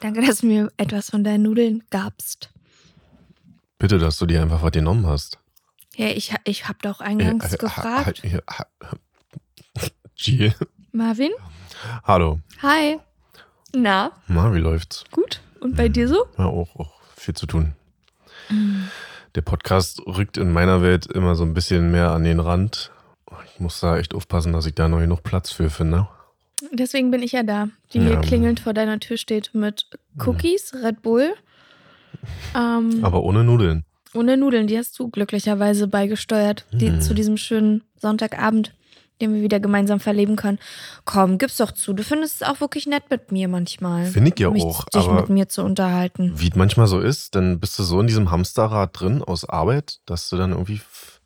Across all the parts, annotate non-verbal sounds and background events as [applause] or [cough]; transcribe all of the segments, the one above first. Danke, dass du mir etwas von deinen Nudeln gabst. Bitte, dass du dir einfach was genommen hast. Äh, Ja, ich, ich hab doch eingangs halt gefragt. [laughs] G. Marvin? Hallo. Hi. Na, Na, wie läuft's? gut? Und bei dir so? Ja, auch, auch viel zu tun. Mm. Der Podcast rückt in meiner Welt immer so ein bisschen mehr an den Rand. Ich muss da echt aufpassen, dass ich da noch genug Platz für finde. Deswegen bin ich ja da, die Ja. hier klingelnd vor deiner Tür steht mit Cookies, Red Bull. Ähm, Aber ohne Nudeln. ohne Nudeln, die hast du glücklicherweise beigesteuert, die Mhm. zu diesem schönen Sonntagabend, den wir wieder gemeinsam verleben können. Komm, gib's doch zu. Du findest es auch wirklich nett mit mir manchmal. Finde ich ja mich, auch, Dich aber- mit mir zu unterhalten. Wie es manchmal so ist, dann bist du so in diesem Hamsterrad drin aus Arbeit, dass du dann irgendwie f-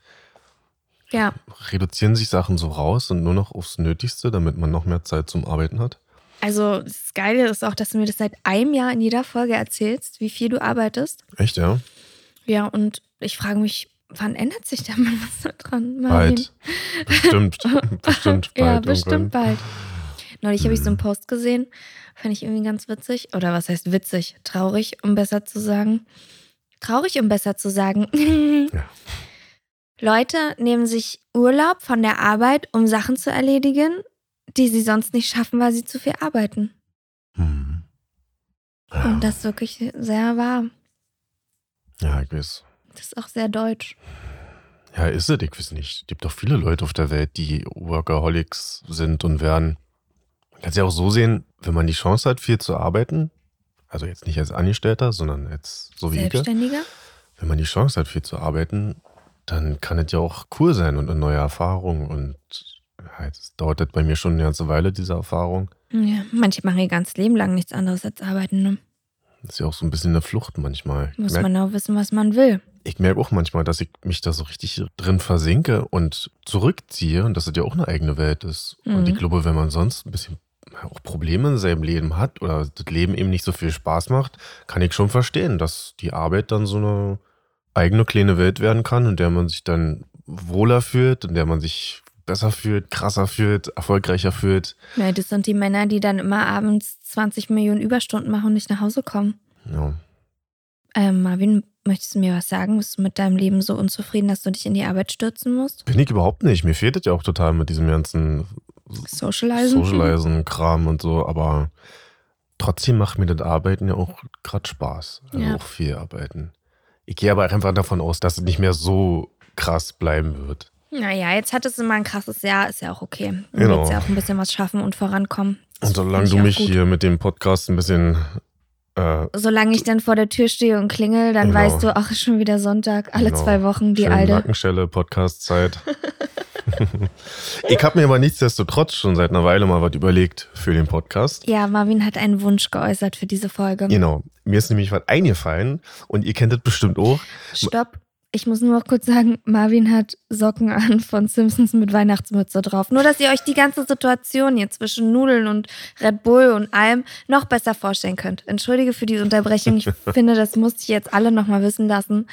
Ja, reduzieren sich Sachen so raus und nur noch aufs Nötigste, damit man noch mehr Zeit zum Arbeiten hat. also das Geile ist auch, dass du mir das seit einem Jahr in jeder Folge erzählst, wie viel du arbeitest. Echt, ja? Ja, und ich frage mich, wann ändert sich [laughs] da mal was daran? Marvin? Bald. Bestimmt. bestimmt bald. [laughs] Ja, irgendwann. bestimmt bald. Neulich habe ich so einen Mhm. Post gesehen, fand ich irgendwie ganz witzig. Oder was heißt witzig? Traurig, um besser zu sagen. Traurig, um besser zu sagen. [laughs] Ja. Leute nehmen sich Urlaub von der Arbeit, um Sachen zu erledigen, die sie sonst nicht schaffen, weil sie zu viel arbeiten. Hm. Ja, Und das ist wirklich sehr wahr. ja, ich weiß. Das ist auch sehr deutsch. Ja, ist es, ich weiß nicht. Es gibt doch viele Leute auf der Welt, die Workaholics sind und werden. Man kann es ja auch so sehen, wenn man die Chance hat, viel zu arbeiten, also jetzt nicht als Angestellter, sondern jetzt so wie ich, Selbstständiger? wenn man die Chance hat, viel zu arbeiten, dann kann es ja auch cool sein und eine neue Erfahrung. Und ja, jetzt dauert das bei mir schon eine ganze Weile, diese Erfahrung. Ja, manche machen ihr ganzes Leben lang nichts anderes als arbeiten. Ne? Das ist ja auch so ein bisschen eine Flucht manchmal. Ich Muss merk- man auch wissen, was man will. ich merke auch manchmal, dass ich mich da so richtig drin versinke und zurückziehe und dass es ja auch eine eigene Welt ist. Mhm. Und ich glaube, wenn man sonst ein bisschen auch Probleme in seinem Leben hat oder das Leben eben nicht so viel Spaß macht, kann ich schon verstehen, dass die Arbeit dann so eine eigene kleine Welt werden kann, in der man sich dann wohler fühlt, in der man sich besser fühlt, krasser fühlt, erfolgreicher fühlt. Ja, das sind die Männer, die dann immer abends 20 Millionen Überstunden machen und nicht nach Hause kommen. Ja. Ähm, Marvin, möchtest du mir was sagen? Bist du mit deinem Leben so unzufrieden, dass du dich in die Arbeit stürzen musst? Bin ich überhaupt nicht. Mir fehlt es ja auch total mit diesem ganzen Socializen? Socializen, Kram und so, aber trotzdem macht mir das Arbeiten ja auch gerade Spaß. Also Ja. auch viel Arbeiten. Ich gehe aber einfach davon aus, dass es nicht mehr so krass bleiben wird. Naja, jetzt hattest du mal ein krasses Jahr, ist ja auch okay. Du Genau. willst ja auch ein bisschen was schaffen und vorankommen. Das Und solange du finde mich ich auch gut. hier mit dem Podcast ein bisschen äh, Solange ich dann vor der Tür stehe und klingel, dann Genau. weißt du, ach, ist schon wieder Sonntag, alle Genau. zwei Wochen, die schön alte. Nackenstelle, [laughs] Podcast-Zeit. [laughs] ich habe mir aber nichtsdestotrotz schon seit einer Weile mal was überlegt für den Podcast. Ja, Marvin hat einen Wunsch geäußert für diese Folge. Genau. Mir ist nämlich was eingefallen und ihr kennt das bestimmt auch. Stopp. Ich muss nur noch kurz sagen, Marvin hat Socken an von Simpsons mit Weihnachtsmütze drauf. Nur, dass ihr euch die ganze Situation hier zwischen Nudeln und Red Bull und allem noch besser vorstellen könnt. Entschuldige für die Unterbrechung. [laughs] Ich finde, das musste ich jetzt alle nochmal wissen lassen.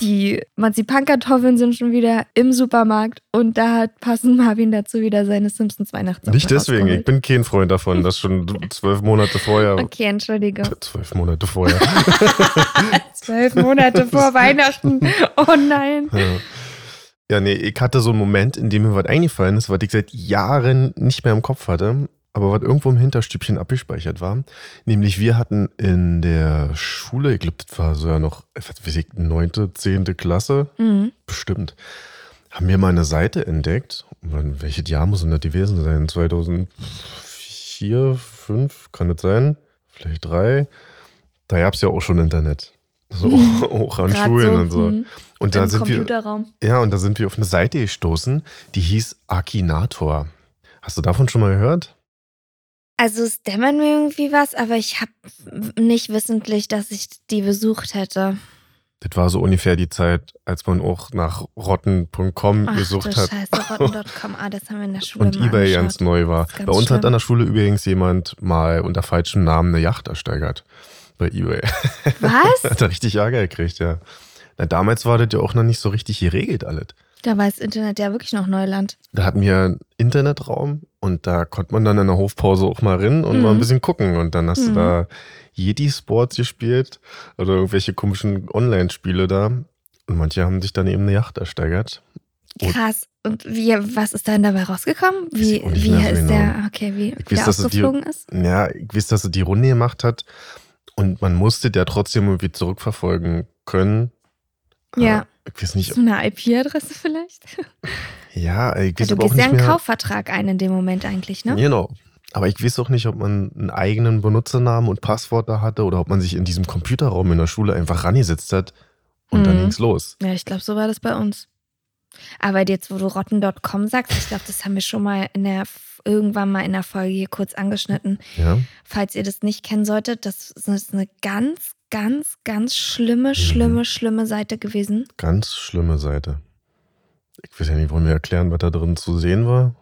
Die Marzipankartoffeln sind schon wieder im Supermarkt und da hat passend Marvin dazu wieder seine Simpsons Weihnachtssocken. Nicht deswegen, ich rausgeholt. bin kein Freund davon, dass schon [laughs] zwölf Monate vorher. Okay, Entschuldigung. Zwölf Monate vorher. [laughs] Zwölf [laughs] Monate vor Weihnachten. Oh nein. ja. ja, nee, ich hatte so einen Moment, in dem mir was eingefallen ist, was ich seit Jahren nicht mehr im Kopf hatte, aber was irgendwo im Hinterstübchen abgespeichert war. Nämlich wir hatten in der Schule, ich glaube, das war so ja noch, was weiß ich, neunte, zehnte Klasse, Mhm. bestimmt, haben wir mal eine Seite entdeckt. Und welches Jahr muss denn das gewesen sein? 2004, 5, kann das sein? Vielleicht drei. Da gab es ja auch schon Internet. So [laughs] auch an Mhm. Grad Schulen so, und so. hm, Und da Im sind wir, Computerraum. ja, und da sind wir auf eine Seite gestoßen, die hieß Akinator. Hast du davon schon mal gehört? Also es dämmert mir irgendwie was, aber ich habe nicht wissentlich, dass ich die besucht hätte. Das war so ungefähr die Zeit, als man auch nach rotten.com Ach gesucht du Hm, hat. Scheiße, rotten.com, ah, das haben wir in [laughs] der Schule und mal eBay angeschaut. ganz neu war. Das ist ganz bei uns hat schlimm. an der Schule übrigens jemand mal unter falschem Namen eine Yacht ersteigert. Bei eBay. [laughs] Was? hat er richtig Ärger gekriegt, ja. Na, damals war das ja auch noch nicht so richtig geregelt alles. Da war das Internet ja wirklich noch Neuland. Da hatten wir einen Internetraum und da konnte man dann in der Hofpause auch mal rein und Mhm. mal ein bisschen gucken. Und dann hast Mhm. du da Yeti Sports gespielt oder irgendwelche komischen Online-Spiele da. Und manche haben sich dann eben eine Yacht ersteigert. Und- Krass. Und wie, was ist dann dabei rausgekommen? Weiß Wie, ich auch nicht wie mehr so genau. ist der, okay, wie Ich der weiß, dass es die- ausgeflogen ist? Ja, ich weiß, dass er die Runde gemacht hat und man musste der trotzdem irgendwie zurückverfolgen können. Ja. Äh, Ich weiß nicht, So eine IP-Adresse vielleicht? ob- ja, ich weiß du aber auch gehst ja nicht einen mehr. Kaufvertrag ein in dem Moment eigentlich, ne? Genau. Aber ich weiß auch nicht, ob man einen eigenen Benutzernamen und Passwort da hatte oder ob man sich in diesem Computerraum in der Schule einfach rangesetzt hat und dann Mhm. ging's los. Ja, ich glaube, so war das bei uns. Aber jetzt, wo du rotten.com sagst, ich glaube, das haben wir schon mal in der, irgendwann mal in der Folge hier kurz angeschnitten. Ja. Falls ihr das nicht kennen solltet, das ist eine ganz, ganz, ganz schlimme, schlimme, schlimme Seite gewesen. Ganz schlimme Seite. Ich weiß ja nicht, wollen wir erklären, was da drin zu sehen war?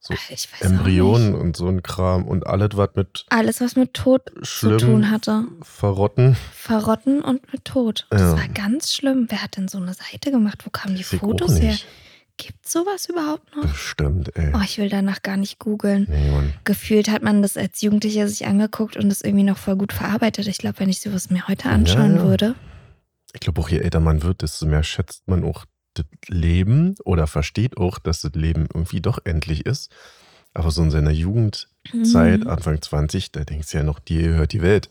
So Ach, Ich weiß auch Oh, Embryonen nicht. und so ein Kram und alles, was mit Alles, was mit Tod zu tun schlimm hatte. verrotten. Verrotten und mit Tod. Das Ja. war ganz schlimm. Wer hat denn so eine Seite gemacht? Wo kamen die Weiß ich auch Fotos her? nicht. Gibt sowas überhaupt noch? Bestimmt, ey. Oh, ich will danach gar nicht googeln. Nee, Mann. Gefühlt hat man das als Jugendlicher sich angeguckt und das irgendwie noch voll gut verarbeitet. Ich glaube, wenn ich sowas mir heute anschauen Ja, ja. würde. Ich glaube auch, je älter man wird, desto mehr schätzt man auch das Leben oder versteht auch, dass das Leben irgendwie doch endlich ist. Aber so in seiner Jugendzeit, Hm. Anfang 20, da denkst du ja noch, dir hört die Welt.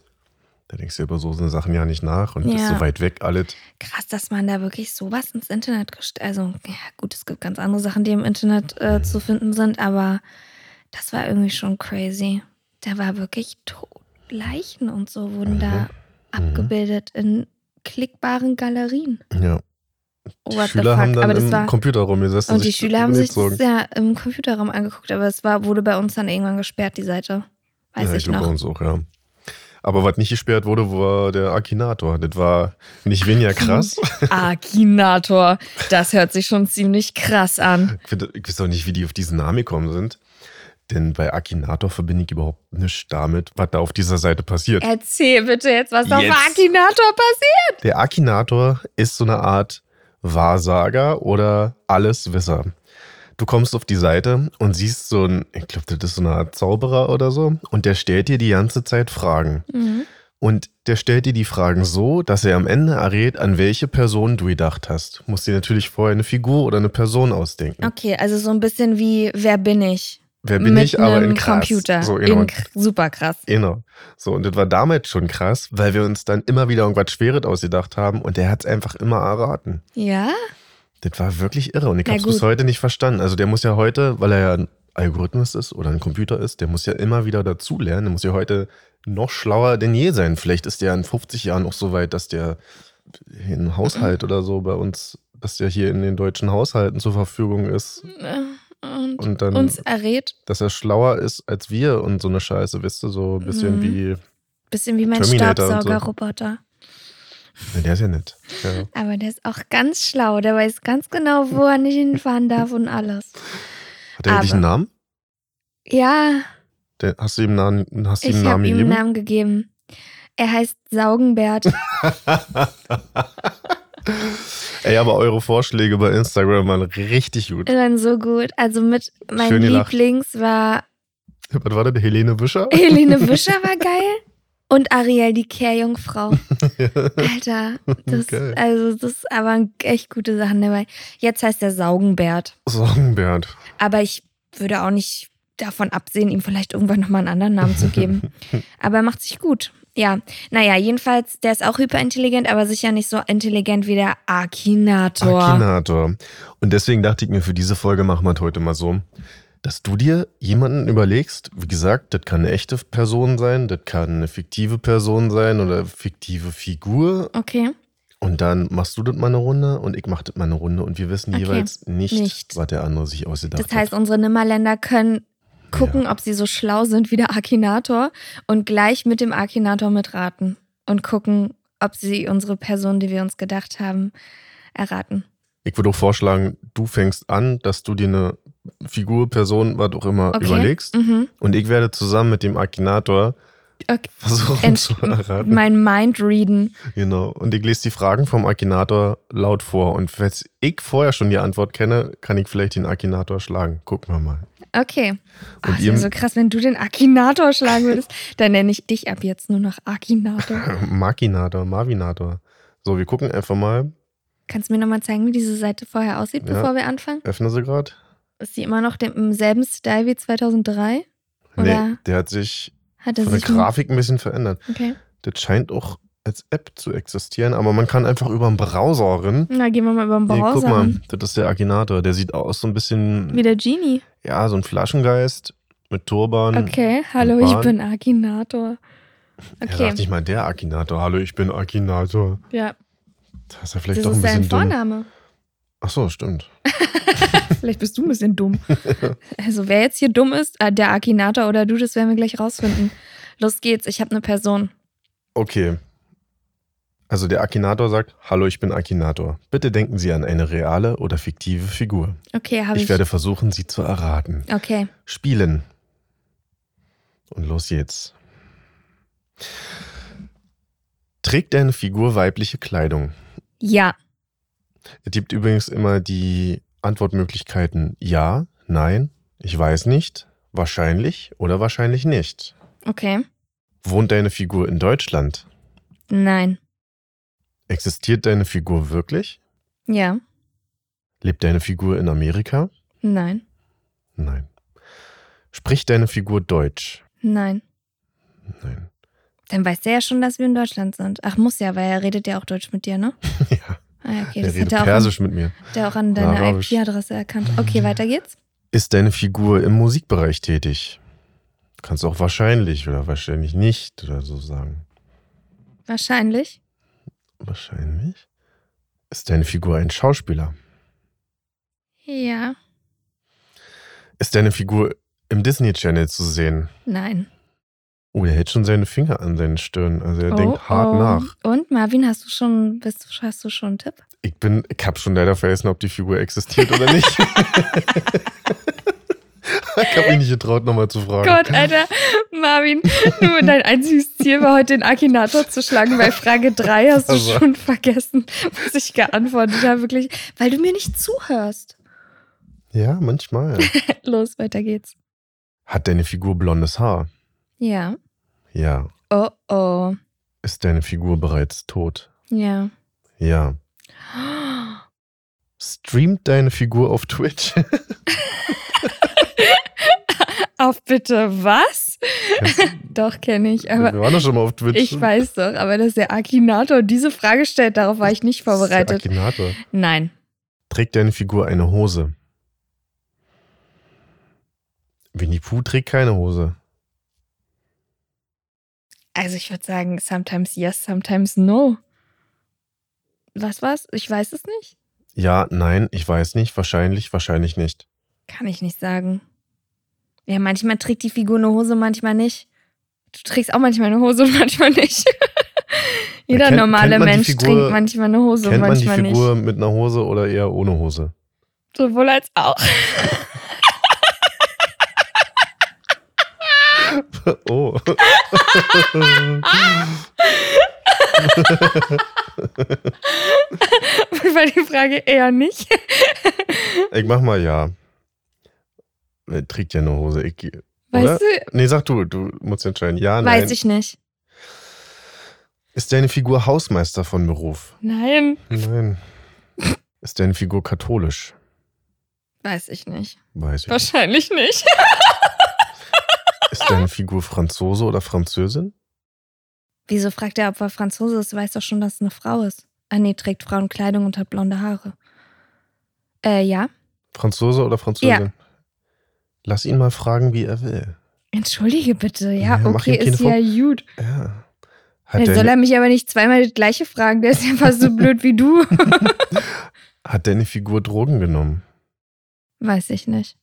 Da denkst du über so so Sachen ja nicht nach und bist Ja. so weit weg alles. Krass, dass man da wirklich sowas ins Internet gestellt Also, ja, gut, es gibt ganz andere Sachen, die im Internet äh, zu finden sind, aber das war irgendwie schon crazy. Da war wirklich to Leichen und so wurden da Mhm. abgebildet in klickbaren Galerien. Ja. Oh, Die what the Schüler fuck. haben dann aber das im war. Computer rumgesessen. Und die Schüler haben sich umgezogen. das ja im Computerraum angeguckt, aber es war, wurde bei uns dann irgendwann gesperrt, die Seite. Weiß ja, ich glaub, noch. bei uns auch, ja. Aber was nicht gesperrt wurde, war der Akinator. Das war nicht [laughs] weniger krass. Ah, Akinator. Das hört sich schon ziemlich krass an. Ich, finde, ich weiß auch nicht, wie die auf diesen Namen gekommen sind. Denn bei Akinator verbinde ich überhaupt nichts damit, was da auf dieser Seite Äh. passiert. Erzähl bitte jetzt, was auf Jetzt. Akinator passiert. Der Akinator ist so eine Art Wahrsager oder Alleswisser. Du kommst auf die Seite und siehst so ein, ich glaube, das ist so eine Art Zauberer oder so, und der stellt dir die ganze Zeit Fragen. Mhm. Und der stellt dir die Fragen so, dass er am Ende errät, an welche Person du gedacht hast. Musst dir natürlich vorher eine Figur oder eine Person ausdenken. Okay, also so ein bisschen wie Wer bin ich? Wer bin Mit ich, aber einem in krass. Computer. So, genau. in, kr- super krass. Genau. So, und das war damals schon krass, weil wir uns dann immer wieder irgendwas Schweres ausgedacht haben und der hat es einfach immer erraten. Ja? Das war wirklich irre und ich Na habe es bis gut. heute nicht verstanden. Also der muss ja heute, weil er ja ein Algorithmus ist oder ein Computer ist, der muss ja immer wieder dazulernen. Der muss ja heute noch schlauer denn je sein. Vielleicht ist der in 50 Jahren auch so weit, dass der im Haushalt oder so bei uns, dass der hier in den deutschen Haushalten zur Verfügung ist Und und dann, uns errät, dass er schlauer ist als wir und so eine Scheiße, wisst ihr, so ein bisschen Mhm. wie, bisschen wie mein Terminator und so. Staubsaugerroboter. ne, der ist ja nett. Ja. Aber der ist auch ganz schlau. Der weiß ganz genau, wo er nicht hinfahren darf und alles. Hat er Aber- dich einen Namen? Ja, Den, hast du ihm einen, Namen- hast du ihm ich einen Namen habe ihm einen gegeben? Namen gegeben. Er heißt [laughs] Saugenbert. Ey, aber eure Vorschläge bei Instagram waren richtig gut. Dann so gut. Also mit mein Schön gelacht. Lieblings war Was war das? Helene Wischer? [laughs] Helene Wischer war geil und Ariel die [laughs] Kehrjungfrau. Alter, das Geil. also das waren echt gute Sachen dabei. Jetzt heißt er Saugenbert, Songbert. aber ich würde auch nicht davon absehen, ihm vielleicht irgendwann nochmal einen anderen Namen [laughs] zu geben. Aber er macht sich gut. Ja, naja, jedenfalls, der ist auch hyperintelligent, aber sicher nicht so intelligent wie der Akinator. Akinator. Und deswegen dachte ich mir, für diese Folge machen wir es heute mal so. dass du dir jemanden überlegst, wie gesagt, das kann eine echte Person sein, das kann eine fiktive Person sein oder fiktive Figur. Okay. Und dann machst du das mal eine Runde und ich mach das mal eine Runde und wir wissen Okay. jeweils nicht, Nicht. was der andere sich ausgedacht Das heißt, unsere Nimmerländer können gucken, ob sie so schlau sind wie der Akinator und gleich mit dem Akinator mitraten und gucken, ob sie unsere Person, die wir uns gedacht haben, erraten. Ich würde auch vorschlagen, du fängst an, dass du dir eine Figur, Person, was auch immer Okay. überlegst. Mhm. Und ich werde zusammen mit dem Akinator [laughs] Okay. versuchen Ent- zu erraten. Mein Mindreaden. Genau. Und ich lese die Fragen vom Akinator laut vor. Und falls ich vorher schon die Antwort kenne, kann ich vielleicht den Akinator schlagen. Gucken wir mal. [clears throat] Okay. Oh, Und das ihr- wäre so krass, wenn du den Akinator schlagen würdest. Dann nenne ich dich ab jetzt nur noch [laughs] Akinator. Makinator, Marvinator. So, wir gucken einfach mal. Kannst du mir nochmal zeigen, wie diese Seite vorher aussieht, Ja. bevor wir anfangen? Öffne sie gerade. Ist sie immer noch dem, im selben Style wie 2003? Oder Nee, der hat sich hat er von der sich... ein- Grafik ein bisschen verändert. Okay. Das scheint auch als App zu existieren, aber man kann einfach über einen Browser rin. Na, gehen wir mal über den Hier, Browser. guck mal, ran. das ist der Akinator. Der sieht aus so ein bisschen, Wie der Genie. ja, so ein Flaschengeist mit Turban. Okay, hallo, Hm. Bahn. ich bin Akinator. Er sagt Okay, nicht mal der Akinator. Hallo, ich bin Akinator. ja. Das ist ja Das vielleicht doch ist ein sein bisschen dumm. Vorname. Ach so, stimmt. Vielleicht bist du ein [laughs] bisschen dumm. Also, wer jetzt hier dumm ist, äh, der Akinator oder du, das werden wir gleich rausfinden. Los geht's, ich habe eine Person. Okay. Also der Akinator sagt, hallo, ich bin Akinator. Bitte denken Sie an eine reale oder fiktive Figur. Okay, habe Ich, ich. werde versuchen, sie zu erraten. okay, Spielen. Und los jetzt. Trägt deine Figur weibliche Kleidung? ja. Es gibt übrigens immer die Antwortmöglichkeiten ja, nein, ich weiß nicht, wahrscheinlich oder wahrscheinlich nicht. Okay, Wohnt deine Figur in Deutschland? nein. Existiert deine Figur wirklich? Ja, Lebt deine Figur in Amerika? nein, Nein. Spricht deine Figur Deutsch? nein. Nein. [laughs] Dann weiß der ja schon, dass wir in Deutschland sind. Ach, muss ja, weil er redet ja auch Deutsch mit dir, ne? ja, Ah, ja, okay, er das redet hat er auch, Persisch mit mir. hat er auch an deiner Arabisch. IP-Adresse erkannt. Okay, weiter geht's. Ist deine Figur im Musikbereich tätig? Kannst auch wahrscheinlich oder wahrscheinlich nicht oder so sagen. Wahrscheinlich. Wahrscheinlich. Ist deine Figur ein Schauspieler? Ja, Ist deine Figur im Disney Channel zu sehen? nein. Oh, der hält schon seine Finger an seinen Stirn. Also er Oh, denkt hart oh. nach. Und Marvin, hast du schon, bist, du- hast du schon einen Tipp? Ich bin, ich habe schon leider vergessen, ob die Figur existiert oder [laughs] nicht. ich habe mich nicht getraut, nochmal zu fragen. Gott, Alter, Marvin, nur dein einziges Ziel war heute den Akinator zu schlagen. Bei Frage 3 hast du Also. schon vergessen, was ich geantwortet habe, wirklich, weil du mir nicht zuhörst. Ja, manchmal. Los, weiter geht's. Hat deine Figur blondes Haar? Ja. Ja. Oh oh. Ist deine Figur bereits tot? Ja. Ja. Streamt deine Figur auf Twitch? Auf bitte was? Kennst du- [laughs] Doch, kenne ich, aber Wir waren doch schon mal auf Twitch. ich weiß doch, aber dass der Akinator diese Frage stellt, darauf war ich nicht Das ist der vorbereitet. Akinator. Nein. Trägt deine Figur eine Hose? Winnie Pooh trägt keine Hose. Also ich würde sagen, sometimes yes, sometimes no. Was war's? Ich weiß es nicht. Ja, nein, ich weiß nicht, wahrscheinlich, wahrscheinlich nicht. Kann ich nicht sagen. Ja, manchmal trägt die Figur eine Hose, manchmal nicht. Du trägst auch manchmal eine Hose [laughs] und manchmal nicht. Jeder Ja, kennt- normale kennt man die Mensch Figur- trägt manchmal eine Hose, Kennt man die manchmal Figur mit einer Hose oder eher ohne Hose? nicht. Sowohl als auch. [laughs] [laughs] Oh. War die Frage eher nicht. ich mach mal ja. Er trägt ja eine Hose. Ich, oder? Weißt du? Nee, sag du, du musst entscheiden. Ja, nein. Weiß ich nicht. Ist deine Figur Hausmeister von Beruf? Nein. Nein. Ist deine Figur katholisch? Weiß ich nicht. Weiß ich nicht. Wahrscheinlich nicht. Ist deine Figur Franzose oder Französin? Wieso fragt er, ob er Franzose ist? Du weißt doch schon, dass es eine Frau ist. Ah nee, trägt Frauenkleidung und hat blonde Haare. Äh, ja. Franzose oder Französin? Lass ihn mal fragen, wie er will. Entschuldige bitte, Ja, ja, mach ihm okay, ist ja keine gut. Ja. Hat, Dann der, soll er mich aber nicht zweimal das gleiche fragen, der ist ja fast so blöd wie du. [laughs] hat deine Figur Drogen genommen? Weiß ich nicht.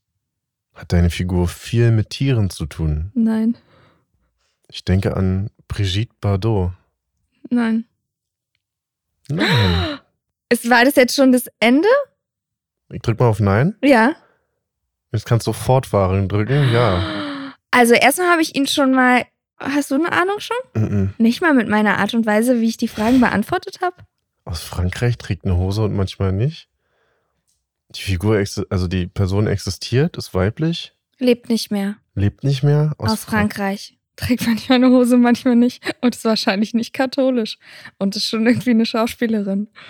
Hat deine Figur viel mit Tieren zu tun? Nein, Ich denke an Brigitte Bardot. nein. [gasps] Nein. Es war das jetzt schon das Ende? Ich drück mal auf Nein. Ja. Jetzt kannst du fortfahren drücken. Ja. Also erstmal habe ich ihn schon mal. Hast du eine Ahnung schon? Mhm. Nicht mal mit meiner Art und Weise, wie ich die Fragen beantwortet habe. Aus Frankreich trägt eine Hose und manchmal nicht. Die Figur, exi- also die Person existiert, ist weiblich, Lebt nicht mehr. lebt nicht mehr. Aus, Frankreich. Trägt manchmal eine Hose, manchmal nicht. Und ist wahrscheinlich nicht katholisch. Und ist schon irgendwie eine Schauspielerin. Fra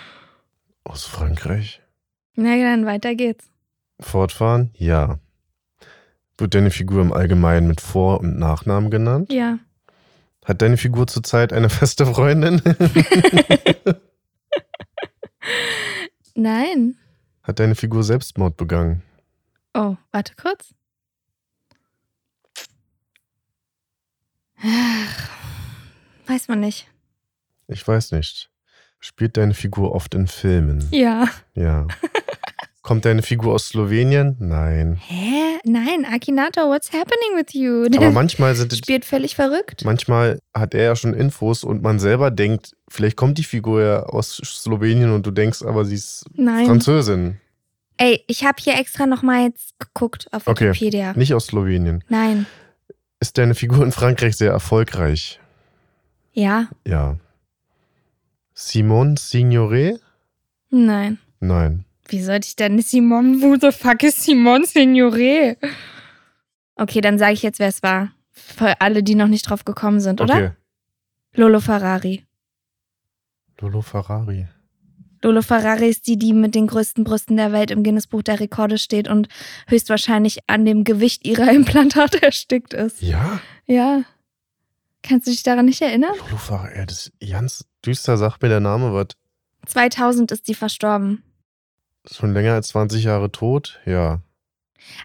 aus Frankreich. Na ja, dann weiter geht's. Fortfahren? Ja. Wird deine Figur im Allgemeinen mit Vor- und Nachnamen genannt? Ja. Hat deine Figur zurzeit eine [laughs] feste Freundin? Nein. Hat deine Figur Selbstmord begangen? Oh, warte kurz. Ach, weiß man nicht. Ich weiß nicht. Spielt deine Figur oft in Filmen? Ja. [laughs] Ja. Kommt deine Figur aus Slowenien? [laughs] Nein. Hä? Nein, Akinator, what's happening with you? Aber manchmal sind es spielt völlig verrückt. manchmal hat er ja schon Infos und man selber denkt, vielleicht kommt die Figur ja aus Slowenien und du denkst, aber sie ist Nein. Französin, Ey, ich habe hier extra nochmal jetzt geguckt auf Okay. Wikipedia. nicht aus Slowenien. Nein. Ist deine Figur in Frankreich sehr erfolgreich? Ja. Ja. Simon Signoret? Nein. Nein. Wie sollte ich denn Simon, wo the fuck ist Simon Signore? Okay, dann sage ich jetzt, wer es war. Für alle, die noch nicht drauf gekommen sind, oder? Okay. Lolo Ferrari. Lolo Ferrari. Lolo Ferrari ist die, die mit den größten Brüsten der Welt im Guinness Buch der Rekorde steht und höchstwahrscheinlich an dem Gewicht ihrer Implantate [laughs] erstickt ist. Ja, Ja. Kannst du dich daran nicht erinnern? Lolo Ferrari. ey, Das ist ganz düster, sagt mir der Name was. 2000 ist die verstorben. Schon länger als 20 Jahre tot? Ja.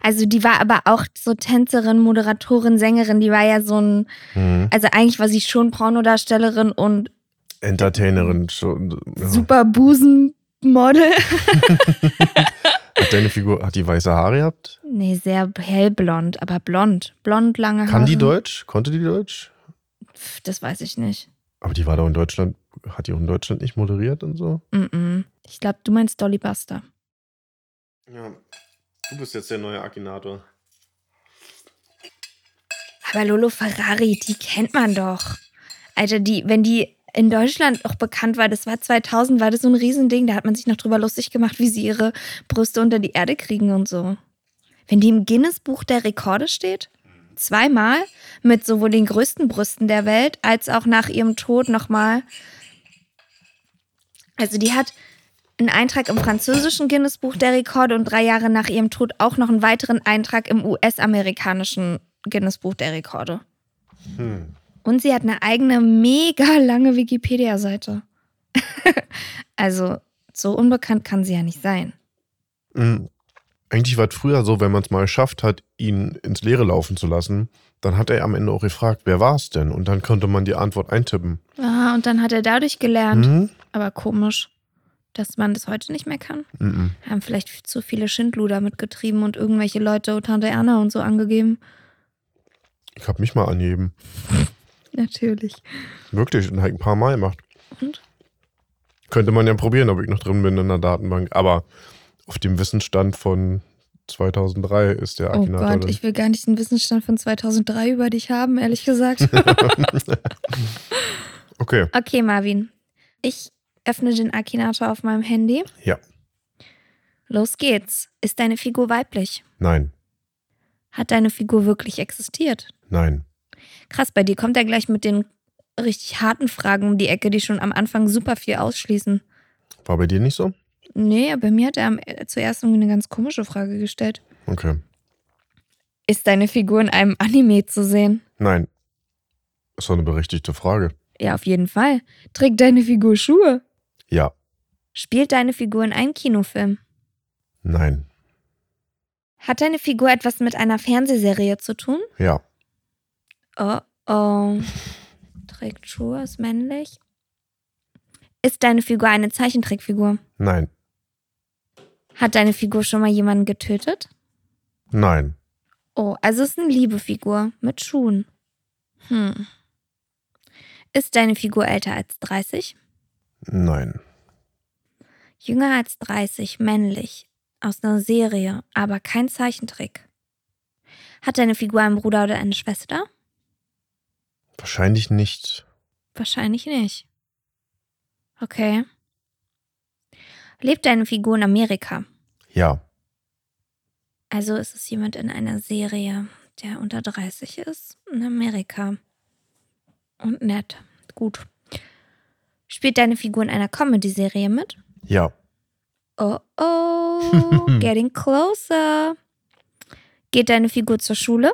Also die war aber auch so Tänzerin, Moderatorin, Sängerin. Die war ja so ein, Hm. also eigentlich war sie schon Pornodarstellerin und Entertainerin. Schon, ja. super Busenmodel. Hat deine Figur, hat die weiße Haare gehabt? [laughs] Nee, sehr hellblond, aber blond. Blond, lange Haare. Kann die Deutsch? Konnte die Deutsch? Pff, Das weiß ich nicht. Aber die war doch in Deutschland, hat die auch in Deutschland nicht moderiert und so? Mm-mm. Ich glaube, du meinst Dolly Buster. Ja. Du bist jetzt der neue Akinator. Aber Lolo Ferrari, die kennt man doch. Alter, die, wenn die in Deutschland auch bekannt war, das war 2000, war das so ein Riesending. Da hat man sich noch drüber lustig gemacht, wie sie ihre Brüste unter die Erde kriegen und so. Wenn die im Guinness-Buch der Rekorde steht, zweimal, mit sowohl den größten Brüsten der Welt als auch nach ihrem Tod nochmal. Also die hat einen Eintrag im französischen Guinness-Buch der Rekorde und drei Jahre nach ihrem Tod auch noch einen weiteren Eintrag im US-amerikanischen Guinness-Buch der Rekorde. Hm. Und sie hat eine eigene mega lange Wikipedia-Seite. [laughs] also, so unbekannt kann sie ja nicht sein. Mm. Eigentlich war es früher so, wenn man es mal geschafft hat, ihn ins Leere laufen zu lassen, dann hat er am Ende auch gefragt, wer war es denn? Und dann konnte man die Antwort eintippen. Ah, und dann hat er dadurch gelernt. Hm? Aber komisch, dass man das heute nicht mehr kann. Mm-mm. Haben vielleicht zu viele Schindluder mitgetrieben und irgendwelche Leute, Tante Erna und so angegeben. Ich habe mich mal angeben. Natürlich. Wirklich, und hab ein paar Mal gemacht. Und? Könnte man ja probieren, ob ich noch drin bin in der Datenbank. Aber auf dem Wissensstand von 2003 ist der Oh Akinator. Gott, dann- ich will gar nicht den Wissensstand von 2003 über dich haben, ehrlich gesagt. okay, okay, Marvin. Ich öffne den Akinator auf meinem Handy. Ja. Los geht's. Ist deine Figur weiblich? nein, Hat deine Figur wirklich existiert? nein. Krass, bei dir kommt er gleich mit den richtig harten Fragen um die Ecke, die schon am Anfang super viel ausschließen. War bei dir nicht so? Nee, bei mir hat er am, äh, zuerst irgendwie eine ganz komische Frage gestellt. Okay. Ist deine Figur in einem Anime zu sehen? Nein. Ist doch eine berechtigte Frage. Ja, auf jeden Fall. Trägt deine Figur Schuhe? Ja, Spielt deine Figur in einem Kinofilm? nein. Hat deine Figur etwas mit einer Fernsehserie zu tun? Ja. Oh, oh. Trägt Schuhe, ist männlich. Ist deine Figur eine Zeichentrickfigur? Nein. Hat deine Figur schon mal jemanden getötet? Nein. Oh, also ist eine liebe Figur mit Schuhen. Hm. Ist deine Figur älter als 30? Nein. Jünger als 30, männlich, aus einer Serie, aber kein Zeichentrick. Hat deine Figur einen Bruder oder eine Schwester? Wahrscheinlich nicht. Wahrscheinlich nicht. Okay. Lebt deine Figur in Amerika? Ja. Also ist es jemand in einer Serie, der unter 30 ist, in Amerika. Und nett. Gut. Spielt deine Figur in einer Comedy-Serie mit? Ja. Oh oh, getting closer. Geht deine Figur zur Schule?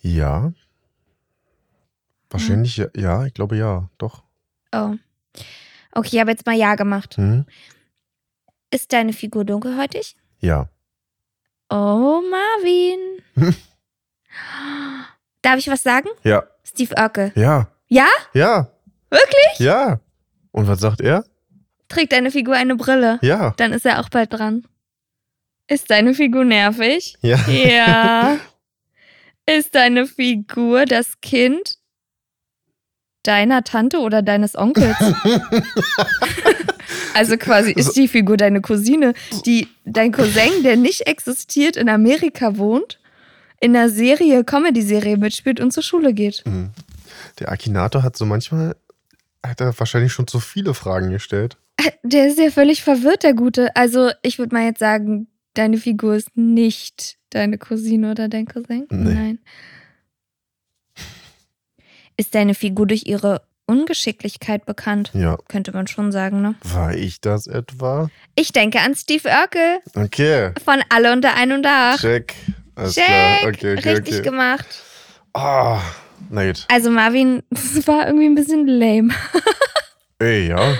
Ja. Wahrscheinlich ja. Ja, ich glaube ja. Doch. Oh. Okay, ich habe jetzt mal Ja gemacht. Hm? Ist deine Figur dunkelhäutig? Ja. Oh, Marvin. Darf ich was sagen? Ja. Steve Urkel. Ja. Ja? Ja. Wirklich? Ja. Und was sagt er? Trägt deine Figur eine Brille? Ja. Dann ist er auch bald dran. Ist deine Figur nervig? Ja. [laughs] Ja. Ist deine Figur das Kind deiner Tante oder deines [laughs] Onkels? also quasi ist die Figur deine Cousine, die dein Cousin, der nicht existiert, in Amerika wohnt, in einer Serie, Comedy-Serie mitspielt und zur Schule geht. Mhm. Der Akinator hat so manchmal, hat er wahrscheinlich schon zu viele Fragen gestellt. Der ist ja völlig verwirrt, der Gute. Also, ich würde mal jetzt sagen, deine Figur ist nicht deine Cousine oder dein Cousin. Nee. Nein. Ist deine Figur durch ihre Ungeschicklichkeit bekannt? Ja. Könnte man schon sagen, ne? War ich das etwa? Ich denke an Steve Urkel Okay. von Alle unter ein und Dach. Check. Alles Check! klar. Okay, okay, Richtig okay. gemacht. Ah, na gut. Also, Marvin, das war irgendwie ein bisschen lame. Ey, ja.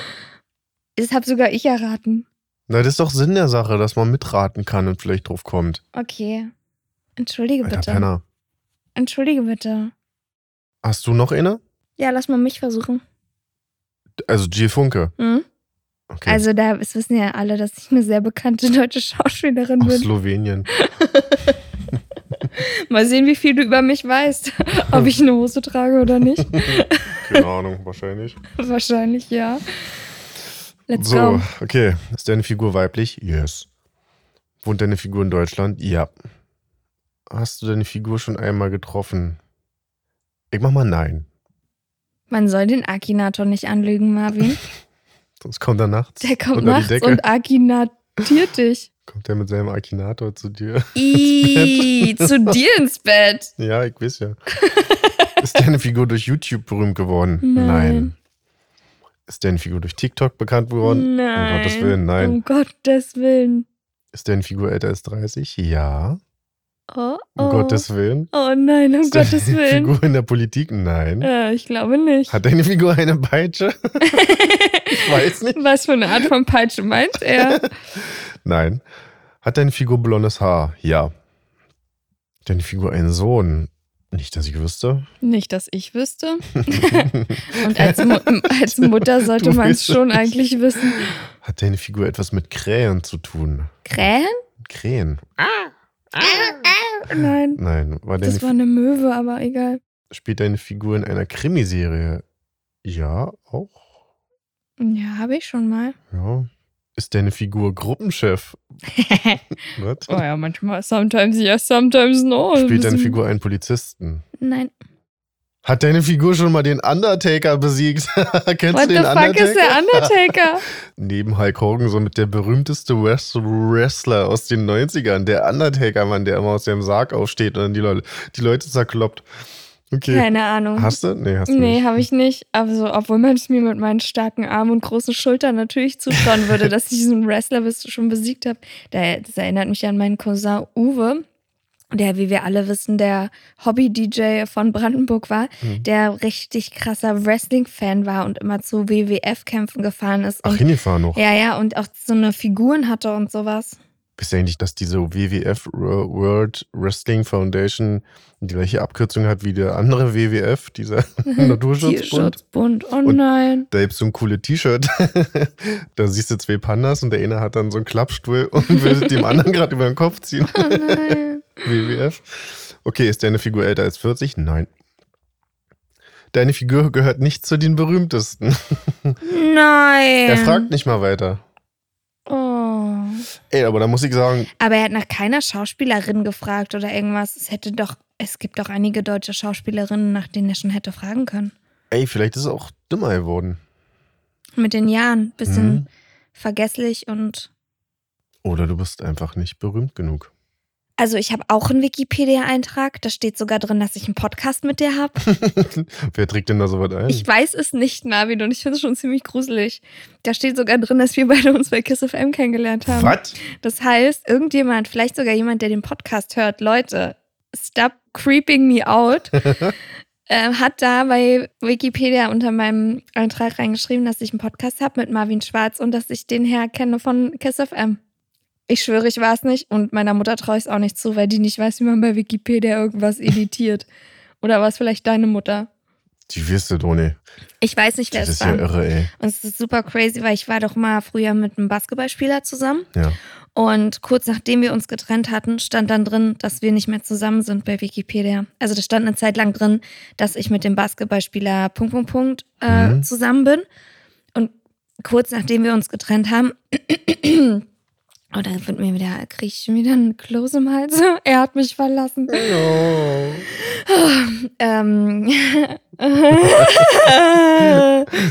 Das habe sogar ich erraten. Na, das ist doch Sinn der Sache, dass man mitraten kann und vielleicht drauf kommt. Okay. Entschuldige Alter bitte. Penner. Entschuldige bitte. Hast du noch eine? Ja, lass mal mich versuchen. Also Jill Funke. Hm? Okay. Also da es wissen ja alle, dass ich eine sehr bekannte deutsche Schauspielerin Aus bin. Slowenien. [laughs] Mal sehen, wie viel du über [laughs] mich weißt. Ob ich eine Hose trage oder nicht. [laughs] Keine Ahnung, wahrscheinlich. Wahrscheinlich ja. Let's So, go. okay. Ist deine Figur weiblich? Yes. Wohnt deine Figur in Deutschland? Ja. Hast du deine Figur schon einmal getroffen? Ich mach mal nein. Man soll den Akinator nicht anlügen, Marvin. Sonst kommt er nachts. Der kommt Unter die nachts Decke. und [laughs] akinatiert dich. Kommt er mit seinem Akinator zu dir? [laughs] Ih, zu dir ins Bett. Ja, ich weiß ja. Ist deine Figur durch YouTube berühmt geworden? Nein. Ist deine Figur durch TikTok bekannt geworden? nein. Um Gottes Willen, nein. Um Gottes Willen. Ist deine Figur älter als 30? Ja. Oh, oh. Um Gottes Willen. oh nein, um Ist deine [laughs] Gottes Willen. Figur in der Politik? Nein. Äh, ich glaube nicht. Hat deine Figur eine [laughs] Peitsche? ich weiß nicht. Was für eine Art von Peitsche meint er? Nein. Hat deine Figur blondes Haar? Ja. Deine Figur einen Sohn? Nicht, dass ich wüsste. [laughs] Nicht, dass ich wüsste. Und als, Mu [laughs] als Mutter sollte Du man es weißt schon es nicht. eigentlich wissen. Hat deine Figur etwas mit Krähen zu tun? Krähen? Krähen? Nein. Nein. War deine Das war eine Möwe, aber egal. spielt deine Figur in einer Krimiserie? Ja, auch. Ja, habe ich [laughs] schon mal. Ja. Ist deine Figur Gruppenchef? Was? Oh ja, manchmal. Sometimes yes, sometimes no. Spielt deine Figur einen Polizisten? Nein. Hat deine Figur schon mal den Undertaker besiegt? [laughs] Kennst What du the den fuck Undertaker? ist der Undertaker? Neben Hulk Hogan somit der berühmteste Wres- Wrestler aus den 90ern. Der Undertaker-Mann, der immer aus dem Sarg aufsteht und dann die, Leute, die Leute zerkloppt. [laughs] Okay. Keine Ahnung. Hast du? Nee, hast du Nee, nicht. habe ich nicht. Aber so, obwohl man es mir mit meinen starken Armen und großen Schultern natürlich zutrauen [laughs] würde, dass ich diesen Wrestler bis schon besiegt habe. Da- Das erinnert mich an meinen Cousin Uwe, der, wie wir alle wissen, der Hobby-DJ von Brandenburg war, Mhm. der richtig krasser Wrestling-Fan war und immer zu WWF-Kämpfen gefahren ist. Ach, Und, hingefahren noch. ja, ja, und auch so eine Figuren hatte und sowas. Wisst ihr eigentlich, dass diese WWF Ro- World Wrestling Foundation die gleiche Abkürzung hat wie der andere WWF, [laughs] dieser Naturschutzbund? Tierschutzbund. Oh Und- nein. Da gibt's so ein cooles T-Shirt. [laughs] da siehst du zwei Pandas und der eine hat dann so einen Klappstuhl und [laughs] will dem anderen gerade über den Kopf ziehen. [laughs] Oh nein. WWF. Okay, ist deine Figur älter als 40? Nein. Deine Figur gehört nicht zu den berühmtesten. Nein. [laughs] Er Ähm. fragt nicht mal weiter. Oh. Ey, aber da muss ich sagen, Aber er hat nach keiner Schauspielerin gefragt oder irgendwas. Es hätte doch, es gibt doch einige deutsche Schauspielerinnen, nach denen er schon hätte fragen können. ey, vielleicht ist er auch dümmer geworden. Mit den Jahren. Bisschen Mhm. vergesslich und. Oder du bist einfach nicht berühmt genug. [laughs] Also ich habe auch einen Wikipedia-Eintrag. Da steht sogar drin, dass ich einen Podcast mit dir habe. Wer trägt denn da so was ein? Ich weiß es nicht, Marvin, und ich finde es schon ziemlich gruselig. Da steht sogar drin, dass wir beide uns bei Kiss FM kennengelernt haben. was? Das heißt, irgendjemand, vielleicht sogar jemand, der den Podcast hört, Leute, stop creeping [laughs] me out, ähm, hat da bei Wikipedia unter meinem Eintrag reingeschrieben, dass ich einen Podcast habe mit Marvin Schwarz und dass ich den Herr kenne von Kiss FM. Ich schwöre, ich war es nicht und meiner Mutter traue ich es auch nicht zu, weil die nicht weiß, wie man bei Wikipedia irgendwas editiert. Oder war es vielleicht deine Mutter? Die wirst du, Doni. Ich weiß nicht, wer Das es ist ja war. irre, ey. Und es ist super crazy, weil ich war doch mal früher mit einem Basketballspieler zusammen. Ja. Und kurz nachdem wir uns getrennt hatten, stand dann drin, dass wir nicht mehr zusammen sind bei Wikipedia. Also da stand eine Zeit lang drin, dass ich mit dem Basketballspieler Punkt, Punkt, Punkt äh, Mhm. zusammen bin. Und kurz nachdem wir uns getrennt haben, [clears throat] oh, da wird mir wieder, kriege ich schon wieder einen Kloß im Hals. [laughs] er hat mich verlassen. [laughs] Ähm,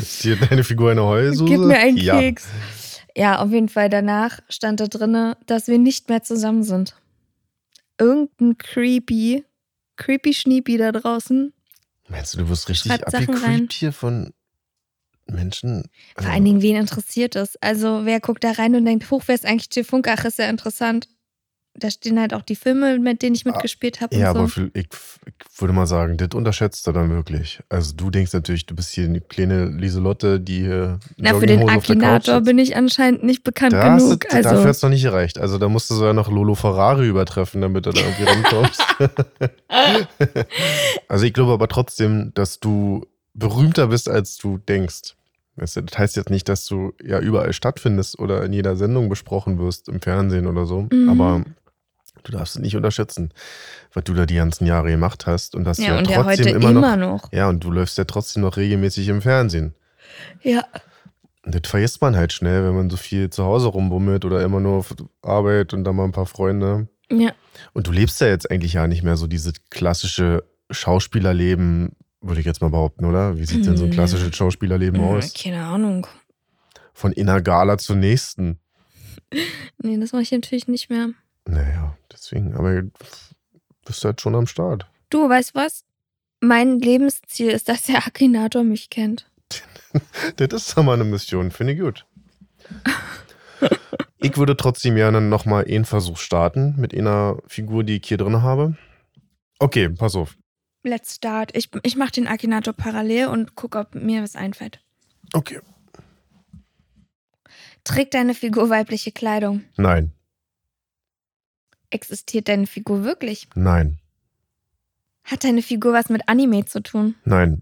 Ist dir deine Figur eine Heulsuse? Gib mir einen ja. Keks. Ja, auf jeden Fall. Danach stand da drin, dass wir nicht mehr zusammen sind. Irgendein creepy, creepy Schniepi da draußen. Meinst du, du wirst richtig Schreibt Sachen rein. abgecreept hier von Menschen? Vor allen Dingen, wen interessiert es? Also, wer guckt da rein und denkt, hoch, wer ist eigentlich Jill Funk? Ach, ist ja interessant. Da stehen halt auch die Filme, mit denen ich mitgespielt habe Ah, Ja, aber und so. viel- ich, ich würde mal sagen, das unterschätzt er dann wirklich. Also du denkst natürlich, du bist hier eine kleine Lieselotte, die hier Na, für Jogginghose den auf der Akinator Couch bin ich anscheinend nicht bekannt da hast genug. Du, also, Dafür hast du noch nicht gereicht. Also da musst du sogar noch Lolo Ferrari übertreffen, damit du da irgendwie [laughs] rankommst. also ich glaube aber trotzdem, dass du berühmter bist, als du denkst. Weißt du, Das heißt jetzt nicht, dass du ja überall stattfindest oder in jeder Sendung besprochen wirst, im Fernsehen oder so. Mhm. Aber du darfst es nicht unterschätzen, was du da die ganzen Jahre gemacht hast und dass ja, du und ja ja heute trotzdem immer noch. noch. Ja, und du läufst ja trotzdem noch regelmäßig im Fernsehen. Ja, Und Das vergisst man halt schnell, wenn man so viel zu Hause rumbummelt oder immer nur auf Arbeit und dann mal ein paar Freunde. ja. Und du lebst ja jetzt eigentlich ja nicht mehr so dieses klassische Schauspielerleben, würde ich jetzt mal behaupten, oder? Wie sieht denn so ein Nee. klassisches Schauspielerleben Mhm. aus? Keine Ahnung. Von inner Gala zur nächsten. Nee, das mache ich natürlich nicht mehr. Naja, deswegen, aber bist halt schon am Start. Du, weißt was? Mein Lebensziel ist, dass der Akinator mich kennt. Das ist doch mal eine Mission, finde ich gut. Ich würde trotzdem gerne nochmal einen Versuch starten mit einer Figur, die ich hier drin habe. Okay, pass auf. Let's start. Ich, ich mache den Akinator parallel und guck, ob mir was einfällt. Okay. Trägt deine Figur weibliche Kleidung? Nein, Existiert deine Figur wirklich? nein, Hat deine Figur was mit Anime zu tun? nein,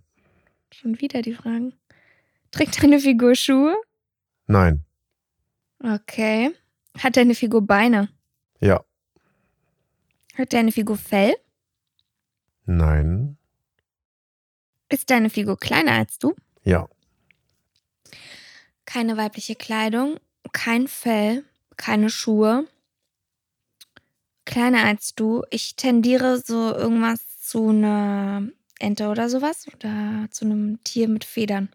Schon wieder die Fragen. Trägt deine Figur Schuhe? nein. Okay. Hat deine Figur Beine? Ja, Hat deine Figur Fell? nein, Ist deine Figur kleiner als du? ja, keine weibliche Kleidung, kein Fell, keine Schuhe. Kleiner als du. Ich tendiere so irgendwas zu einer Ente oder sowas oder zu einem Tier mit Federn.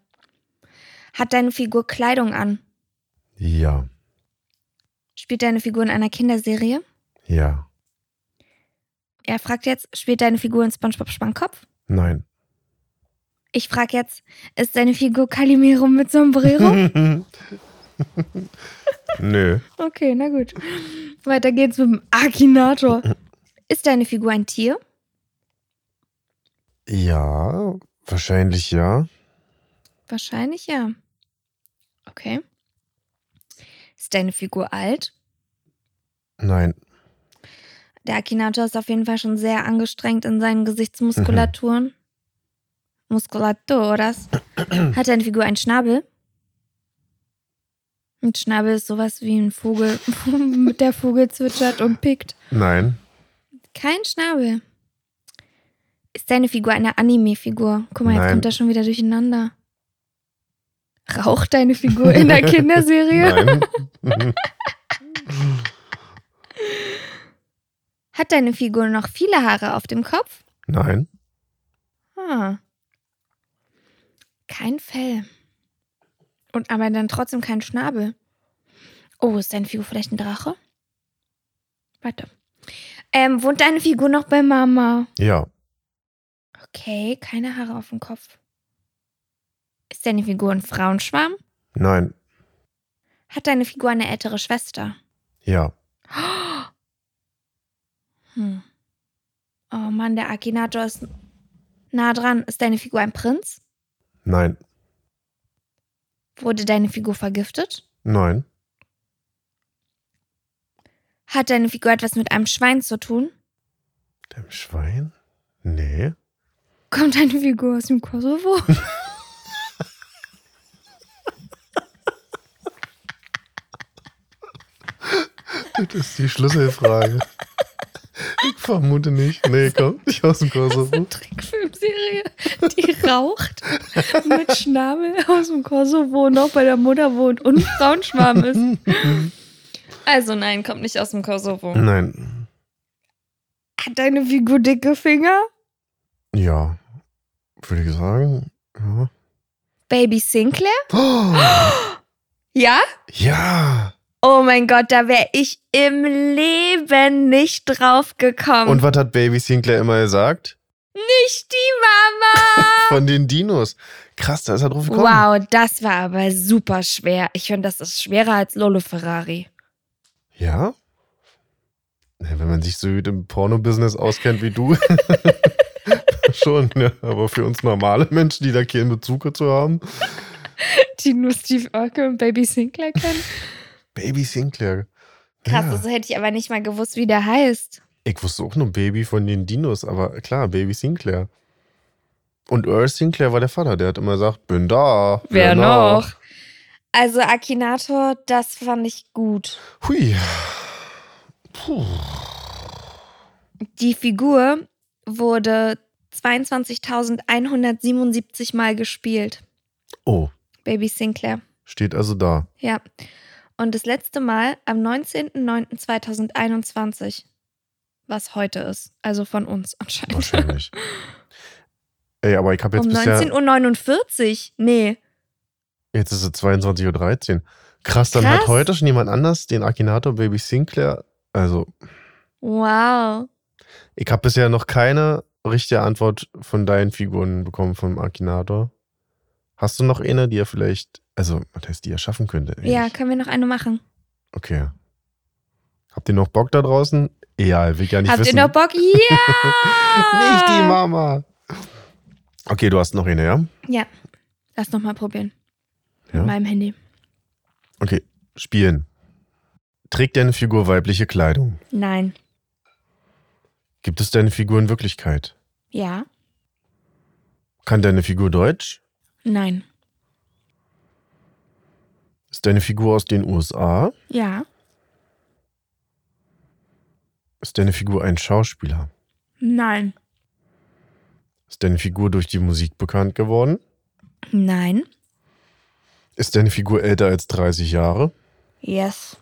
Hat deine Figur Kleidung an? ja, Spielt deine Figur in einer Kinderserie? ja, Er fragt jetzt, spielt deine Figur in SpongeBob Schwammkopf? nein. [laughs] Ich frage jetzt, ist deine Figur Calimero [laughs] mit Sombrero? Nö, okay, na gut. Weiter geht's mit dem Akinator. Ist deine Figur ein Tier? ja, wahrscheinlich ja. Wahrscheinlich ja. Okay. Ist deine Figur alt? Nein. Der Akinator ist auf jeden Fall schon sehr angestrengt in seinen Gesichtsmuskulaturen. Mhm. Muskulaturas. Hat deine Figur einen Schnabel? Ein Schnabel ist sowas wie ein Vogel, [laughs] mit der Vogel zwitschert und pickt. Nein. Kein Schnabel. Ist deine Figur eine Anime-Figur? Guck mal, jetzt Nein. kommt das schon wieder durcheinander. Raucht deine Figur [laughs] in der Kinderserie? Nein. [laughs] Hat deine Figur noch viele Haare auf dem Kopf? Nein. Ah. Kein Fell. Und aber dann trotzdem kein Schnabel. Oh, ist deine Figur vielleicht ein Drache? Warte. Ähm, wohnt deine Figur noch bei Mama? Ja. Okay, keine Haare auf dem Kopf. Ist deine Figur ein Frauenschwarm? Nein. Hat deine Figur eine ältere Schwester? Ja. Hm. Oh Mann, der Akinator ist nah dran. Ist deine Figur ein Prinz? Nein. Wurde deine Figur vergiftet? Nein. Hat deine Figur etwas mit einem Schwein zu tun? Dem Schwein? Nee. Kommt deine Figur aus dem Kosovo? Das ist die Schlüsselfrage. Ich vermute nicht. Nee, kommt nicht aus dem Kosovo. Trickfilmserie, [laughs] die raucht mit Schnabel aus dem Kosovo und auch bei der Mutter wohnt und Frauenschwarm ist. Also nein, kommt nicht aus dem Kosovo. Nein. Hat deine Figur dicke Finger? Ja. Würde ich sagen. Ja. [gasps] Baby Sinclair? Oh, Ja? ja. Oh mein Gott, da wäre ich im Leben nicht drauf gekommen. Und was hat Baby Sinclair immer gesagt? nicht die Mama! Von den Dinos. Krass, da ist er drauf gekommen. Wow, das war aber super schwer. Ich finde, das ist schwerer als Lolo Ferrari. Ja? Na, wenn man sich so gut im Porno-Business auskennt wie du. [laughs] Schon, ja. aber für uns normale Menschen, die da keinen Bezug dazu haben. Die nur Steve Urkel und Baby Sinclair kennen. Baby Sinclair. Krass, ja. das hätte ich aber nicht mal gewusst, wie der heißt. Ich wusste auch nur Baby von den Dinos, aber klar, Baby Sinclair. Und Earl Sinclair war der Vater, der hat immer gesagt, bin da. Also Akinator, das fand ich gut. Hui. Puh. Die Figur wurde 22.177 Mal gespielt. Oh, Baby Sinclair. steht also da. Ja. Und das letzte Mal am 19.09.2021, was heute ist. Also von uns anscheinend. Wahrscheinlich. [laughs] Ey, aber ich habe jetzt um bisher. 19.49 Uhr? Nee. Jetzt ist es 22.13 Uhr. Krass, dann hat Krass. heute schon jemand anders den Akinator Baby Sinclair. Also, Wow. ich habe bisher noch keine richtige Antwort von deinen Figuren bekommen vom Akinator. Hast du noch eine, die er vielleicht, also, was heißt, die er schaffen könnte? Ja, Ähnlich. können wir noch eine machen? Okay. Habt ihr noch Bock da draußen? Egal, will ich ja nicht Habt wissen. ihr noch [laughs] Bock? Ja! Nicht die Mama. Okay, du hast noch eine, ja? Ja. Lass nochmal probieren. Ja. Mit meinem Handy. Okay, spielen. Trägt deine Figur weibliche Kleidung? Nein. Gibt es deine Figur in Wirklichkeit? Ja. Kann deine Figur Deutsch? Nein. Ist deine Figur aus den USA? Ja. Ist deine Figur ein Schauspieler? Nein. Ist deine Figur durch die Musik bekannt geworden? Nein. Ist deine Figur älter als 30 Jahre? Yes.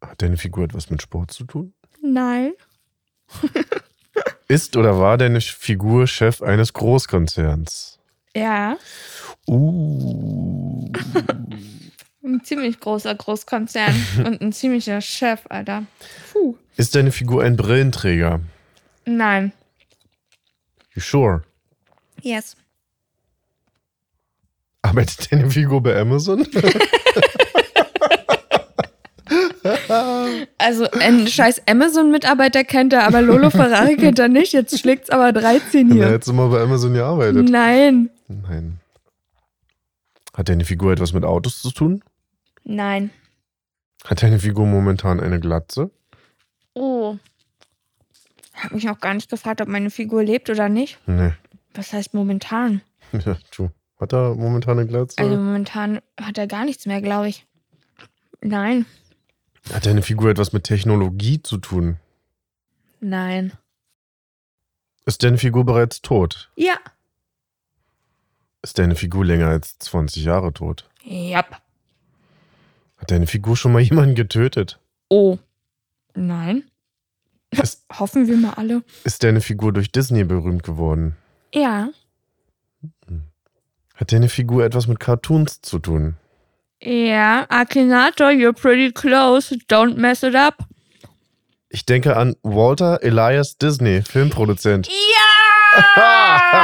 Hat deine Figur etwas mit Sport zu tun? Nein. Ist oder war deine Figur Chef eines Großkonzerns? Ja. Uh. Ein ziemlich großer [laughs] Großkonzern und ein ziemlicher Chef, Alter. Puh. Ist deine Figur ein Brillenträger? Nein. You sure? Yes. Arbeitet deine Figur bei Amazon? Also ein scheiß Amazon-Mitarbeiter kennt er, aber Lolo Ferrari kennt er nicht. Jetzt schlägt's aber 13 Na, hier. hättest du mal bei Amazon gearbeitet. Nein. Nein. Hat deine Figur etwas mit Autos zu tun? Nein. Hat deine Figur momentan eine Glatze? Oh. Ich habe mich auch gar nicht gefragt, ob meine Figur lebt oder nicht. Nee. [laughs] Was heißt momentan? Ja, du. Hat er momentan eine Glatze? Also momentan hat er gar nichts mehr, glaube ich. Nein. Hat deine Figur etwas mit Technologie zu tun? Nein. Ist deine Figur bereits tot? Ja. Ist deine Figur länger als 20 Jahre tot? Jap. Hat deine Figur schon mal [laughs] jemanden getötet? Oh. Nein. [laughs] Ist, Hoffen wir mal alle. ist deine Figur durch Disney berühmt geworden? Ja. Hat deine Figur etwas mit Cartoons zu tun? Ja. Akinator, you're pretty close. Don't mess it up. Ich denke an Walter Elias Disney, Filmproduzent. Ah!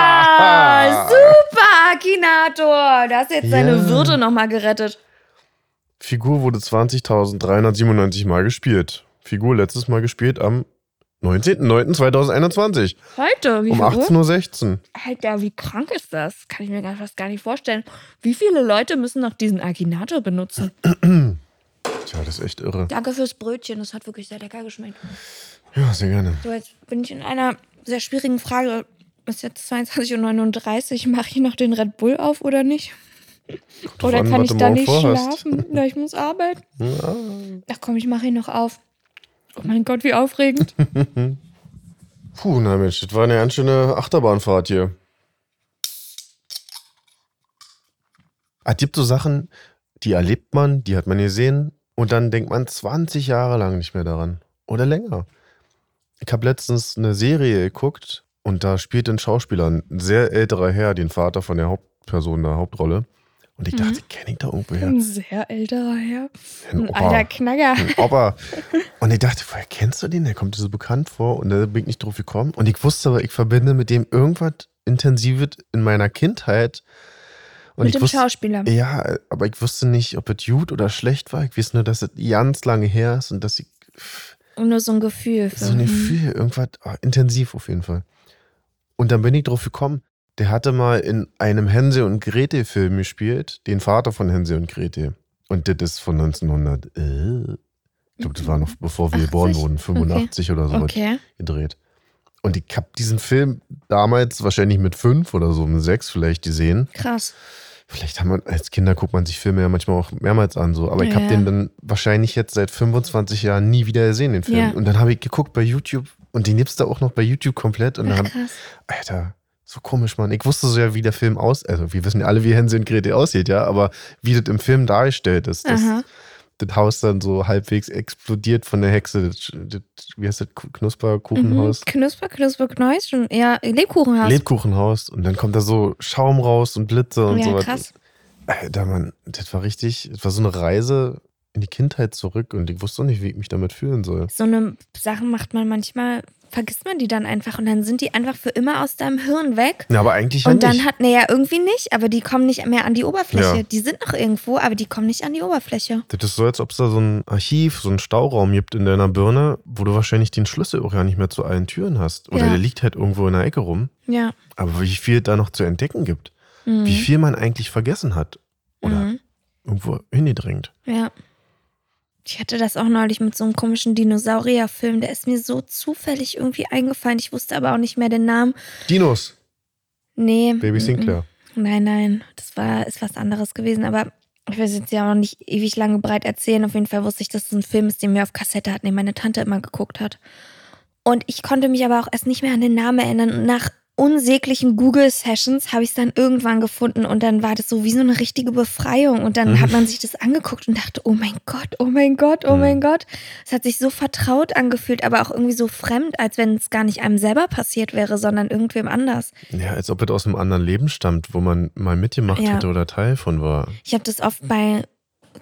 Ja! Super, Akinator. Du hast jetzt Ja. deine Würde nochmal gerettet. Figur wurde 20.397 Mal gespielt. Figur letztes Mal gespielt am 19.09.2021 Heute, wie um viel Uhr? 18.16 Uhr. Alter, Halt, wie krank ist das? Kann ich mir gar- fast gar nicht vorstellen. Wie viele Leute müssen noch diesen Akinator benutzen? Tja, das ist echt irre. Danke fürs Brötchen, das hat wirklich sehr lecker geschmeckt. Ja, sehr gerne. So, jetzt bin ich in einer sehr schwierigen Frage. Ist jetzt 22.39 Uhr, mache ich noch den Red Bull auf oder nicht? Kommt drauf Oder an, kann ich was du da morgen nicht vorhast. schlafen? Ja, ich muss arbeiten. Ja. Ach komm, ich mache ihn noch auf. Oh mein Gott, wie aufregend. Puh, na Mensch, das war eine ganz schöne Achterbahnfahrt hier. Ah, Es gibt so Sachen, die erlebt man, die hat man gesehen und dann denkt man 20 Jahre lang nicht mehr daran. Oder länger. Ich habe letztens eine Serie geguckt und da spielt ein Schauspieler, ein sehr älterer Herr, den Vater von der Hauptperson, der Hauptrolle. Und ich dachte, kenne ich da irgendwo her? Mhm. Ein sehr älterer Herr. Ein Ein Opa. alter Knacker. Ein Opa. Und ich dachte, woher kennst du den? Der kommt dir so bekannt vor und da bin ich nicht drauf gekommen. Und ich wusste aber, ich verbinde mit dem irgendwas Intensives in meiner Kindheit. Und Mit ich dem wusste, Schauspieler. ja, aber ich wusste nicht, ob es gut oder schlecht war. Ich weiß nur, dass es ganz lange her ist und dass ich Und nur so ein Gefühl. Für. so ein Gefühl, irgendwas ah, intensiv auf jeden Fall. Und dann bin ich drauf gekommen, der hatte mal in einem Hänsel und Grete Film gespielt, den Vater von Hänsel und Grete. Und das ist von 1900, äh, ich glaube, das war noch bevor wir geboren 80? wurden, 85 oder so Mhm. Okay. gedreht. Und ich habe diesen Film damals wahrscheinlich mit fünf oder so, mit sechs vielleicht gesehen. Krass. Vielleicht haben wir, als Kinder guckt man sich Filme ja manchmal auch mehrmals an, so. Aber ich habe Ja. den dann wahrscheinlich jetzt seit 25 Jahren nie wieder gesehen, den Film. Ja. Und dann habe ich geguckt bei YouTube und den gibt's da auch noch bei YouTube komplett. Und Ach, dann, krass. Alter, so komisch, Mann. Ich wusste so ja, wie der Film aus, also wir wissen ja alle, wie Hänsel und Grete aussieht, ja, aber wie das im Film dargestellt ist, dass Aha. das Haus dann so halbwegs explodiert von der Hexe. Das, das, wie heißt das? Knusperkuchenhaus? Mhm. Knusper, knusper, Knäuschen. Ja, Lebkuchenhaus. Lebkuchenhaus. Und dann kommt da so Schaum raus und Blitze und ja, so krass. Alter, Mann, das war richtig, das war so eine Reise in die Kindheit zurück und ich wusste auch nicht, wie ich mich damit fühlen soll. So eine Sachen macht man manchmal, vergisst man die dann einfach und dann sind die einfach für immer aus deinem Hirn weg. Na, aber eigentlich ja Und dann nicht. hat, naja, irgendwie nicht, aber die kommen nicht mehr an die Oberfläche. Ja. Die sind noch irgendwo, aber die kommen nicht an die Oberfläche. Das ist so, als ob es da so ein Archiv, so einen Stauraum gibt in deiner Birne, wo du wahrscheinlich den Schlüssel auch ja nicht mehr zu allen Türen hast. Oder Ja. der liegt halt irgendwo in der Ecke rum. Ja. Aber wie viel da noch zu entdecken gibt. Mhm. Wie viel man eigentlich vergessen hat. Oder Mhm. irgendwo hingedrängt. Ja. Ich hatte das auch neulich mit so einem komischen Dinosaurierfilm. Der ist mir so zufällig irgendwie eingefallen. Ich wusste aber auch nicht mehr den Namen. Dinos, Nee. Baby mhm. Sinclair. Nein, nein, das war ist was anderes gewesen, aber ich will es jetzt ja auch nicht ewig lange breit erzählen. Auf jeden Fall wusste ich, dass es ein Film ist, den wir auf Kassette hatten, den meine Tante immer geguckt hat. Und ich konnte mich aber auch erst nicht mehr an den Namen erinnern. Und nach unsäglichen Google-Sessions habe ich es dann irgendwann gefunden und dann war das so wie so eine richtige Befreiung. Und dann Mhm. hat man sich das angeguckt und dachte, oh mein Gott, oh mein Gott, oh mein Mhm. Gott. Es hat sich so vertraut angefühlt, aber auch irgendwie so fremd, als wenn es gar nicht einem selber passiert wäre, sondern irgendwem anders. Ja, als ob es aus einem anderen Leben stammt, wo man mal mitgemacht Ja. hätte oder Teil von war. Ich habe das oft bei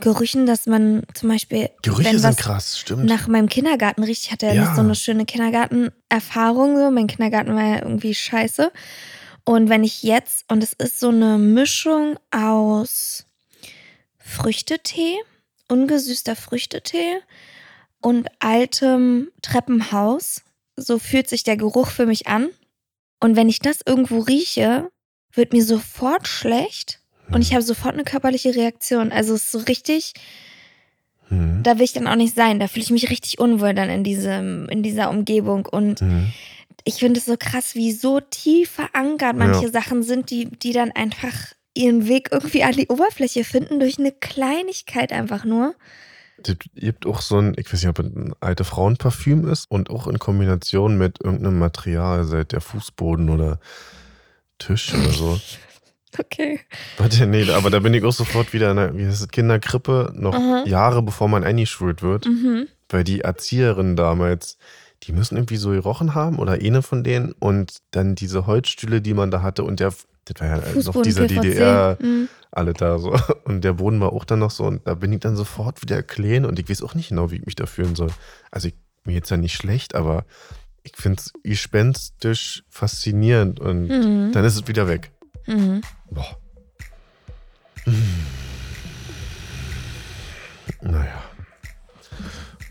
Gerüchen, dass man zum Beispiel. Gerüche wenn sind was krass, stimmt. Nach meinem Kindergarten riecht, ich hatte ja, Ja. nicht so eine schöne Kindergartenerfahrung. So. Mein Kindergarten war ja irgendwie scheiße. Und wenn ich jetzt, und es ist so eine Mischung aus Früchtetee, ungesüßter Früchtetee und altem Treppenhaus, so fühlt sich der Geruch für mich an. Und wenn ich das irgendwo rieche, wird mir Hm. sofort schlecht. Und ich habe sofort eine körperliche Reaktion. Also es ist so richtig Mhm. Da will ich dann auch nicht sein. Da fühle ich mich richtig unwohl dann in, diesem, in dieser Umgebung. Und Mhm. ich finde es so krass, wie so tief verankert manche Sachen sind, die, die dann einfach ihren Weg irgendwie an die Oberfläche finden, durch eine Kleinigkeit einfach nur. Es gibt auch so ein, ich weiß nicht, ob es ein alte Frauenparfüm ist und auch in Kombination mit irgendeinem Material, seit der Fußboden oder Tisch oder [laughs] so. Okay. Warte, nee, aber da bin ich auch sofort wieder in der, wie heißt das, Kinderkrippe, noch Aha. Jahre bevor man eingeschult wird. Mhm. Weil die Erzieherinnen damals, die müssen irgendwie so gerochen haben oder eine von denen und dann diese Holzstühle, die man da hatte und der, das war ja noch Fußboden, dieser PVC. DDR, Mhm. alle da so. [laughs] Und der Boden war auch dann noch so und da bin ich dann sofort wieder klein und ich weiß auch nicht genau, wie ich mich da fühlen soll. Also ich, mir jetzt ja nicht schlecht, aber ich finde es gespenstisch faszinierend und Mhm. dann ist es wieder weg. Mhm. Boah. Mhm. Naja.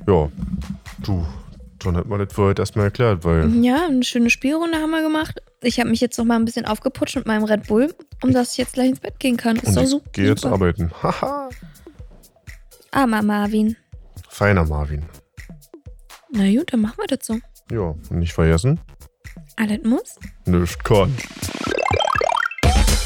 Ja, du, dann hat man das für heute erstmal erklärt, weil Ja, eine schöne Spielrunde haben wir gemacht. Ich habe mich jetzt noch mal ein bisschen aufgeputscht mit meinem Red Bull, um dass ich jetzt gleich ins Bett gehen kann. Ist und doch ich super. gehe jetzt super. um arbeiten. Haha. Armer Ah, Marvin. Feiner Marvin. Na gut, dann machen wir das so. Ja, und nicht vergessen, Alles muss. nicht kann.